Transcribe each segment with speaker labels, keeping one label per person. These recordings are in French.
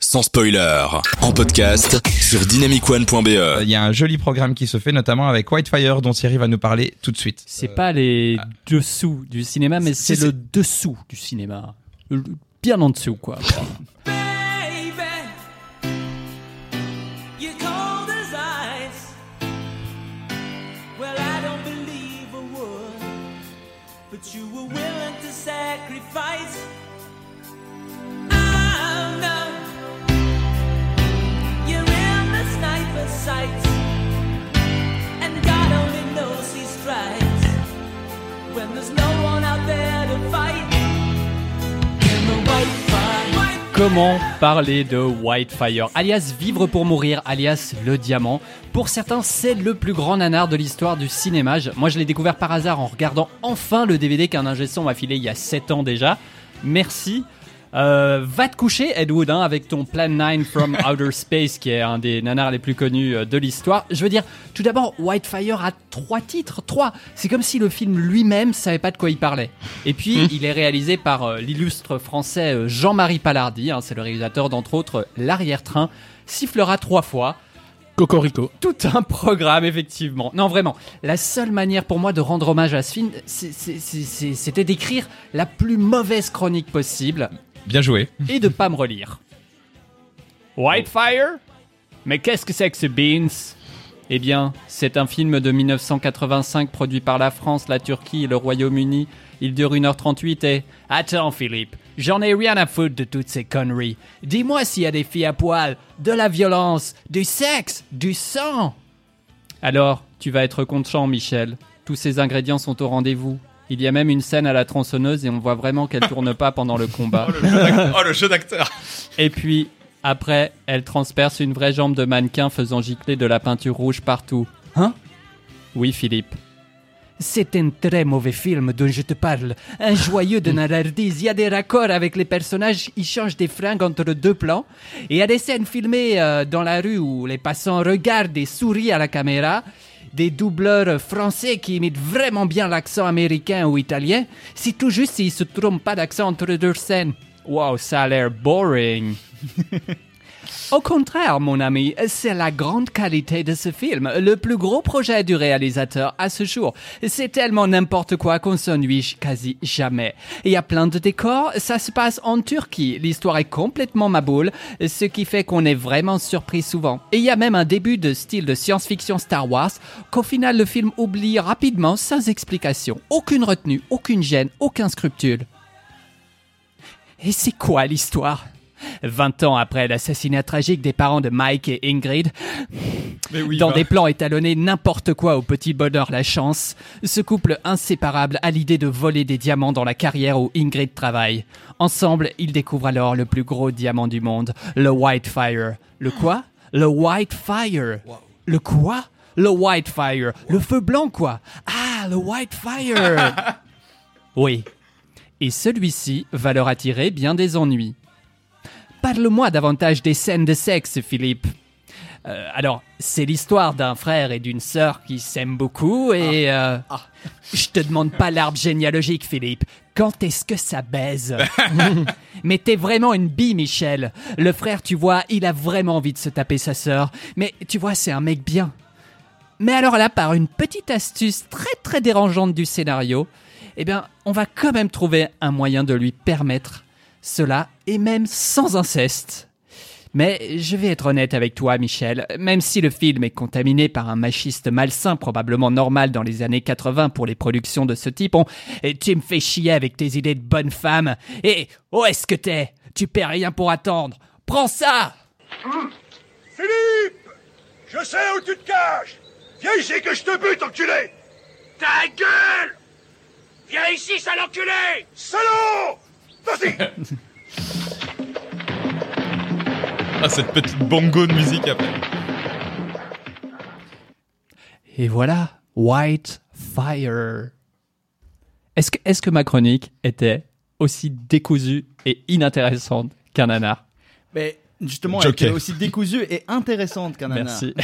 Speaker 1: sans spoiler, en podcast sur dynamicone.be.
Speaker 2: Euh, Il y a un joli programme qui se fait, notamment avec Whitefire, dont Thierry va nous parler tout de suite.
Speaker 3: C'est pas les dessous du cinéma, mais
Speaker 2: Euh, ah. Si,
Speaker 3: c'est
Speaker 2: c'est-
Speaker 3: le dessous du cinéma. Le- Bien en dessous, quoi.
Speaker 4: Baby, you're cold as ice. Well, I don't believe a word, but you were willing to sacrifice. I know you're in the sniper's sights, and God only knows he strikes when there's no one out there to fight. In the white fire.
Speaker 3: Comment parler de Whitefire, alias Vivre pour mourir, alias Le Diamant Pour certains, c'est le plus grand nanar de l'histoire du cinéma. Je- Moi, je l'ai découvert par hasard en regardant enfin le DVD qu'un ingé son m'a filé il y a 7 ans déjà. Merci. Euh, va te coucher, Ed Wood, hein, avec ton Plan 9 from Outer Space, qui est un des nanars les plus connus euh, de l'histoire. Je veux dire, tout d'abord, Whitefire a trois titres, trois. C'est comme si le film lui-même savait pas de quoi il parlait. Et puis, il est réalisé par euh, l'illustre français euh, Jean-Marie Palardi, hein, c'est le réalisateur d'entre autres euh, L'arrière-train, sifflera trois fois
Speaker 5: Cocorico.
Speaker 3: tout un programme, effectivement. Non, vraiment, la seule manière pour moi de rendre hommage à ce film, c'est- c'est- c'est- c'est- c'était d'écrire la plus mauvaise chronique possible
Speaker 2: Bien joué.
Speaker 3: et de pas me relire. Whitefire Mais qu'est-ce que c'est que ce Beans Eh bien, c'est un film de 1985 produit par la France, la Turquie et le Royaume-Uni. Il dure 1h38 et... Attends Philippe, j'en ai rien à foutre de toutes ces conneries. Dis-moi s'il y a des filles à poil, de la violence, du sexe, du sang alors, tu vas être content, Michel. Tous ces ingrédients sont au rendez-vous. Il y a même une scène à la tronçonneuse et on voit vraiment qu'elle tourne pas pendant le combat. oh, le jeu d'acteur Et puis, après, elle transperce une vraie jambe de mannequin faisant gicler de la peinture rouge partout. Hein Oui, Philippe. C'est un très mauvais film dont je te parle. Un joyeux de narardise. Il y a des raccords avec les personnages, ils changent des fringues entre deux plans. Et il y a des scènes filmées euh, dans la rue où les passants regardent et sourient à la caméra. Des doubleurs français qui imitent vraiment bien l'accent américain ou italien. C'est tout juste s'ils se trompent pas d'accent entre deux scènes. Wow, ça a l'air boring. Au contraire, mon ami, c'est la grande qualité de ce film, le plus gros projet du réalisateur à ce jour. C'est tellement n'importe quoi qu'on s'ennuie quasi jamais. Il y a plein de décors, ça se passe en Turquie, l'histoire est complètement maboule, ce qui fait qu'on est vraiment surpris souvent. Et il y a même un début de style de science-fiction Star Wars qu'au final le film oublie rapidement sans explication. Aucune retenue, aucune gêne, aucun scrupule. Et c'est quoi l'histoire 20 ans après l'assassinat tragique des parents de Mike et Ingrid, dans des plans étalonnés n'importe quoi au petit bonheur la chance, ce couple inséparable a l'idée de voler des diamants dans la carrière où Ingrid travaille. Ensemble, ils découvrent alors le plus gros diamant du monde, le Whitefire. Le quoi Le Whitefire. Le quoi Le Whitefire. Le feu blanc quoi Ah, le Whitefire. oui. Et celui-ci va leur attirer bien des ennuis. Parle-moi davantage des scènes de sexe, Philippe. Euh, alors, c'est l'histoire d'un frère et d'une sœur qui s'aiment beaucoup et... euh, Je te demande pas l'arbre généalogique, Philippe. Quand est-ce que ça baise Mais t'es vraiment une bille, Michel. Le frère, tu vois, il a vraiment envie de se taper sa sœur. Mais tu vois, c'est un mec bien. Mais alors là, par une petite astuce très très dérangeante du scénario, eh bien, on va quand même trouver un moyen de lui permettre cela, et même sans inceste. Mais je vais être honnête avec toi, Michel, même si le film est contaminé par un machiste malsain probablement normal dans les années 80 pour les productions de ce type, on... et tu me fais chier avec tes idées de bonne femme. Et où est-ce que t'es Tu perds rien pour attendre. Prends ça
Speaker 6: Philippe Je sais où tu te caches Viens ici que je te bute, enculé Ta gueule Viens ici, sale enculé Salaud Vas-y
Speaker 7: Ah, cette petite bongo de musique après.
Speaker 3: Et voilà, White Fire. Est-ce que, est-ce que ma chronique était aussi décousue et inintéressante qu'un nanar
Speaker 8: Mais justement,
Speaker 2: Joker.
Speaker 8: elle était aussi décousue et intéressante qu'un nanar.
Speaker 3: Merci.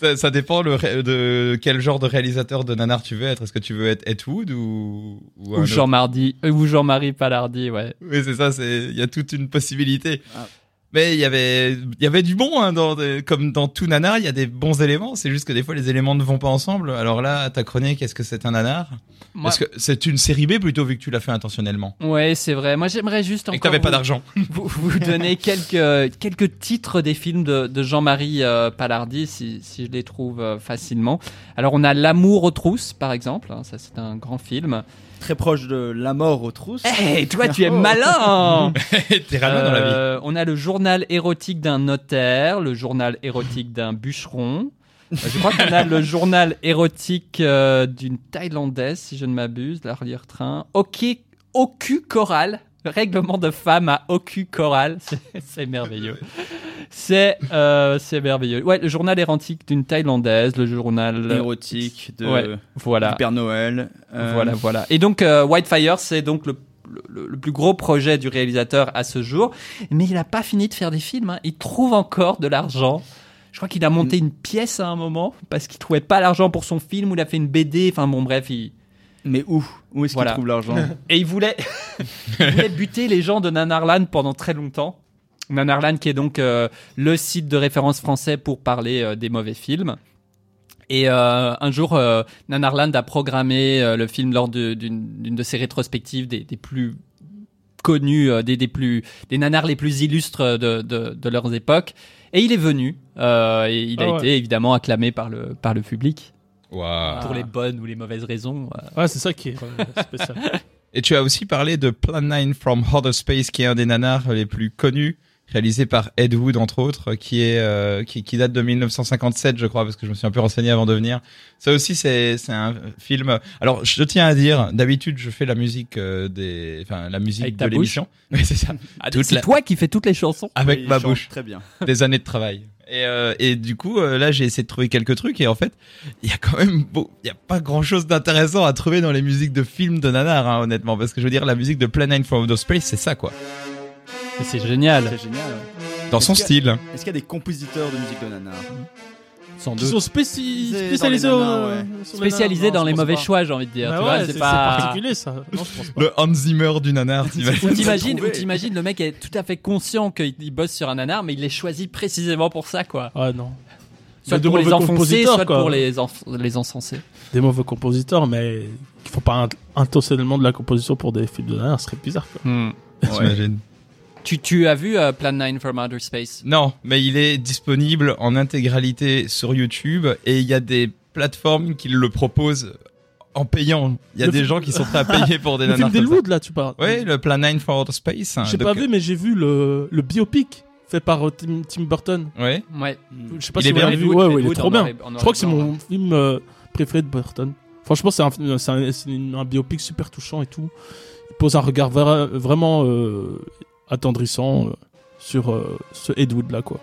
Speaker 2: Ça, ça dépend le ré- de quel genre de réalisateur de nanar tu veux être. Est-ce que tu veux être Atwood ou, ou un
Speaker 3: Ou
Speaker 2: autre
Speaker 3: Jean-Mardi, euh, ou Jean-Marie Palardi, ouais.
Speaker 2: Oui, c'est ça, c'est il y a toute une possibilité.
Speaker 3: Ah.
Speaker 2: Mais il y avait il y avait du bon hein, dans des- comme dans tout nanar, il y a des bons éléments, c'est juste que des fois les éléments ne vont pas ensemble. Alors là, ta chronique, est-ce que c'est un nanar
Speaker 3: Moi-
Speaker 2: Est-ce que c'est une série B plutôt vu que tu l'as fait intentionnellement
Speaker 3: Ouais, c'est vrai. Moi, j'aimerais juste
Speaker 2: et que
Speaker 3: encore
Speaker 2: t'avais pas
Speaker 3: vous,
Speaker 2: d'argent
Speaker 3: vous, vous donner quelques, quelques titres des films de, de Jean-Marie euh, Palardi, si, si je les trouve euh, facilement. Alors, on a L'amour aux trousses, par exemple. hein, ça, c'est un grand film.
Speaker 5: Très proche de la mort aux trousses.
Speaker 3: Hé, Eh, toi, tu es
Speaker 5: Oh.
Speaker 3: malin
Speaker 2: T'es raleux dans la vie.
Speaker 3: Euh, On a le journal érotique d'un notaire, le journal érotique d'un bûcheron. Euh, Je crois qu'on a le journal érotique euh, d'une Thaïlandaise, si je ne m'abuse, la relire train. Ok, Ocu Choral, règlement de femme à Ocu Choral, C'est- c'est merveilleux. C'est euh, c'est merveilleux. Ouais, le journal érotique d'une Thaïlandaise, le journal.
Speaker 5: Érotique de
Speaker 3: eh. Ouais, voilà.
Speaker 5: du Père Noël. euh,
Speaker 3: Voilà, voilà. Et donc euh, Whitefire, c'est donc le, le, le plus gros projet du réalisateur à ce jour. Mais il n'a pas fini de faire des films. hein. Il trouve encore de l'argent. Je crois qu'il a monté une pièce à un moment parce qu'il trouvait pas l'argent pour son film ou il a fait une BD. Enfin bon, bref, il...
Speaker 5: Mais où Où est-ce
Speaker 3: Voilà.
Speaker 5: qu'il trouve l'argent
Speaker 3: et il voulait, il voulait buter les gens de Nanarland pendant très longtemps. Nanarland qui est donc euh, le site de référence français pour parler euh, des mauvais films. Et euh, un jour, euh, Nanarland a programmé euh, le film lors de- d'une d'une de ses rétrospectives des, des plus connus, euh, des, des plus des nanars les plus illustres euh, de, de, de leurs époques. Et il est venu. euh, et il a
Speaker 8: Ah ouais.
Speaker 3: été évidemment acclamé par le par le public
Speaker 2: Waouh.
Speaker 3: pour les bonnes ou les mauvaises raisons. euh,
Speaker 8: Ouais, c'est ça qui est euh, spécial.
Speaker 2: Et tu as aussi parlé de Plan 9 from Outer Space, qui est un des nanars les plus connus, réalisé par Ed Wood, entre autres, qui est euh, qui, qui date de 1957, je crois, parce que je me suis un peu renseigné avant de venir. Ça aussi, c'est c'est un film. Alors, je tiens à dire, d'habitude, je fais la musique euh, des, enfin, la musique
Speaker 3: Avec ta
Speaker 2: de
Speaker 3: bouche.
Speaker 2: l'émission. Oui, c'est ça. Toute
Speaker 3: c'est
Speaker 2: la-
Speaker 3: toi qui fais toutes les chansons.
Speaker 2: Avec
Speaker 5: Il
Speaker 2: ma
Speaker 5: chante
Speaker 2: bouche
Speaker 5: Très bien.
Speaker 2: des années de travail. Et, euh, et du coup, euh, là, j'ai essayé de trouver quelques trucs et en fait, il y a quand même beau, il y a pas grand chose d'intéressant à trouver dans les musiques de films de nanar, hein, honnêtement, parce que je veux dire, la musique de Plan 9 from Outer Space, c'est ça quoi,
Speaker 3: Mais C'est génial.
Speaker 5: C'est génial. ouais.
Speaker 2: dans son
Speaker 5: Est-ce que-
Speaker 2: style.
Speaker 5: Est-ce qu'il y a des compositeurs de musique de nanar
Speaker 3: Sans
Speaker 8: Ils
Speaker 3: doute.
Speaker 8: sont
Speaker 5: Dans
Speaker 8: spéci-
Speaker 5: les
Speaker 8: spécialisés,
Speaker 5: nanas,
Speaker 8: euh,
Speaker 5: ouais.
Speaker 8: sur les
Speaker 3: Spécialisé
Speaker 8: nanas.
Speaker 3: dans
Speaker 8: Non,
Speaker 3: les
Speaker 8: je pense
Speaker 3: mauvais
Speaker 8: pas.
Speaker 3: choix, j'ai envie de dire.
Speaker 8: Bah
Speaker 3: tu vois,
Speaker 8: ouais,
Speaker 3: c'est
Speaker 8: c'est
Speaker 3: pas.
Speaker 8: particulier ça. Non, je pense pas.
Speaker 2: Le Hans Zimmer du nanar,
Speaker 3: Ou
Speaker 2: t'imagines
Speaker 3: t'imagines,
Speaker 5: trouver.
Speaker 3: ou t'imagines, le mec est tout à fait conscient qu'il il bosse sur un nanar, mais il les choisit précisément pour ça, quoi.
Speaker 8: Ah non.
Speaker 3: Soit
Speaker 8: de
Speaker 3: pour les
Speaker 8: mauvais
Speaker 3: enfoncer,
Speaker 8: compositeurs,
Speaker 3: soit
Speaker 8: quoi.
Speaker 3: pour les, enf- les encenser.
Speaker 8: Des mauvais compositeurs, mais qui font pas int- intentionnellement de la composition pour des films de nanar, ce serait bizarre quoi.
Speaker 3: Hmm.
Speaker 5: Ouais.
Speaker 2: T'imagines
Speaker 3: Tu, tu as vu euh, Plan 9 from Outer Space
Speaker 2: Non, mais il est disponible en intégralité sur YouTube et il y a des plateformes qui le proposent en payant. Il y a
Speaker 8: Le
Speaker 2: des
Speaker 8: film-
Speaker 2: gens qui sont prêts à payer pour des
Speaker 8: Le film
Speaker 2: nanars. comme ça.
Speaker 8: d'Elwood là, tu parles.
Speaker 2: Ouais, le Plan 9 from Outer Space. hein,
Speaker 8: J'ai
Speaker 2: donc-
Speaker 8: pas vu, mais j'ai vu le, le biopic fait par euh, Tim, Tim Burton.
Speaker 2: Ouais.
Speaker 3: Ouais.
Speaker 8: Je sais pas
Speaker 2: Il
Speaker 8: si
Speaker 2: est
Speaker 8: vous
Speaker 2: bien
Speaker 8: l'avez Eh vu.
Speaker 3: Ed Wood-
Speaker 8: Ouais,
Speaker 3: Ed
Speaker 8: ouais, il est
Speaker 3: Wood en
Speaker 8: trop bien.
Speaker 3: noir et- en
Speaker 8: Je
Speaker 3: noir
Speaker 8: crois
Speaker 3: et
Speaker 8: que c'est
Speaker 3: blanc,
Speaker 8: mon film euh, préféré de Burton. Franchement, c'est un, film- c'est un, c'est une- un biopic super touchant et tout. Il pose un regard vra- vraiment euh, attendrissant euh, sur euh, ce Ed Wood là, quoi.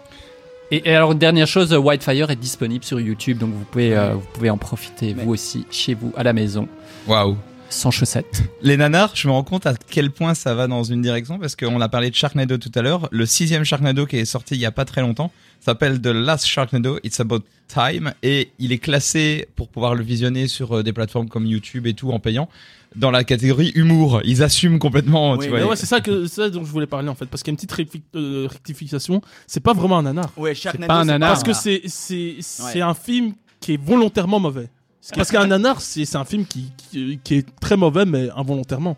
Speaker 3: Et, et alors, une dernière chose, euh, Whitefire est disponible sur YouTube, donc vous pouvez, euh, vous pouvez en profiter,
Speaker 5: Mais-
Speaker 3: vous aussi, chez vous, à la maison,
Speaker 2: Waouh.
Speaker 3: sans chaussettes.
Speaker 2: Les nanars, je me rends compte à quel point ça va dans une direction parce qu'on a parlé de Sharknado tout à l'heure. Le sixième Sharknado qui est sorti il y a pas très longtemps s'appelle The Last Sharknado. It's about time et il est classé pour pouvoir le visionner sur euh, des plateformes comme YouTube et tout en payant dans la catégorie humour. Ils assument complètement.
Speaker 5: Oui,
Speaker 2: tu
Speaker 8: Mais
Speaker 2: vois,
Speaker 8: ouais, c'est ça que ça dont je voulais parler en fait, parce qu'il y a une petite recti- euh, rectification. C'est pas vraiment un nanar,
Speaker 5: Ouais, Sharknado,
Speaker 3: pas un
Speaker 5: c'est
Speaker 3: nanar.
Speaker 8: parce que c'est c'est c'est
Speaker 5: Ah. Ouais.
Speaker 8: un film qui est volontairement mauvais. Parce qu'un nanar, c'est c'est un film qui, qui qui est très mauvais mais involontairement.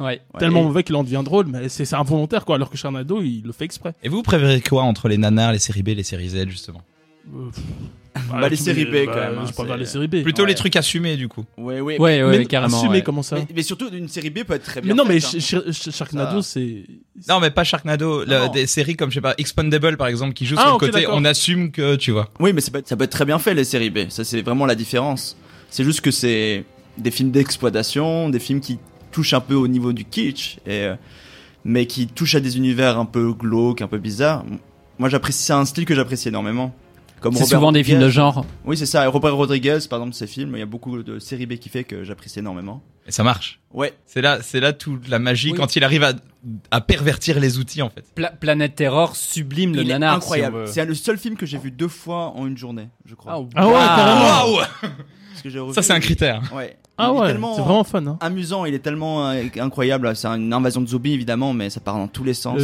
Speaker 3: Ouais.
Speaker 5: Ouais,
Speaker 8: Tellement
Speaker 5: et-
Speaker 8: mauvais qu'il en devient drôle, mais c'est c'est involontaire quoi. Alors que Sharknado, il le fait exprès.
Speaker 2: Et vous préférez quoi entre les nanars, les séries B, les séries Z justement
Speaker 8: Euh, pff,
Speaker 5: Bah,
Speaker 8: là,
Speaker 5: les
Speaker 8: tu
Speaker 5: séries
Speaker 8: me-
Speaker 5: B,
Speaker 8: bah,
Speaker 5: quand même, hein,
Speaker 8: Je préfère
Speaker 5: c'est-
Speaker 8: les séries B.
Speaker 2: Plutôt
Speaker 5: Ouais.
Speaker 2: les trucs assumés du coup.
Speaker 5: Ouais, ouais.
Speaker 3: Ouais, ouais,
Speaker 8: Mais-
Speaker 3: ouais, carrément.
Speaker 8: assumé,
Speaker 3: ouais.
Speaker 8: comment ça
Speaker 5: Mais, mais surtout, une série B peut être très
Speaker 8: Mais
Speaker 5: bien.
Speaker 8: non, mais
Speaker 5: faite,
Speaker 8: Ch-
Speaker 5: hein.
Speaker 8: Ch- Ch- Sharknado, c'est.
Speaker 2: Non, mais pas Sharknado. la-
Speaker 5: Non.
Speaker 2: des séries comme je sais pas, Expandable par exemple, qui joue
Speaker 8: Ah,
Speaker 2: sur le
Speaker 8: ok,
Speaker 2: côté.
Speaker 8: d'accord.
Speaker 2: On assume que tu vois.
Speaker 5: Oui, mais ça peut, être, ça peut être très bien fait, les séries B. Ça, c'est vraiment la différence. C'est juste que c'est des films d'exploitation, des films qui touchent un peu au niveau du kitsch, et, euh, mais qui touchent à des univers un peu glauques, un peu bizarres. Moi, j'apprécie, c'est un style que j'apprécie énormément. Comme
Speaker 3: C'est
Speaker 5: Robert
Speaker 3: souvent des films de
Speaker 5: Rodriguez.
Speaker 3: genre.
Speaker 5: Oui, c'est ça. Et Robert Rodriguez, par exemple, ses films, il y a beaucoup de série B qui fait que j'apprécie énormément.
Speaker 2: Et ça marche.
Speaker 5: Ouais,
Speaker 2: C'est là, c'est là toute la magie
Speaker 3: Oui.
Speaker 2: quand il arrive à, à pervertir les outils en fait.
Speaker 3: Pla- Planète Terror sublime le
Speaker 5: il
Speaker 3: nanar. si
Speaker 5: est
Speaker 3: on
Speaker 5: incroyable.
Speaker 3: veut.
Speaker 5: C'est un- le seul film que j'ai vu deux fois en une journée, je crois.
Speaker 3: Ah,
Speaker 8: Ah ouais,
Speaker 3: waouh.
Speaker 8: carrément.
Speaker 2: Waouh,
Speaker 5: Parce que j'ai revu-
Speaker 2: ça c'est un critère.
Speaker 5: Ouais.
Speaker 8: Ah
Speaker 5: Il est
Speaker 8: ouais,
Speaker 5: tellement
Speaker 8: c'est vraiment fun. Hein.
Speaker 5: amusant, il est tellement euh, incroyable. C'est une invasion de zombies évidemment, mais ça part dans tous les sens.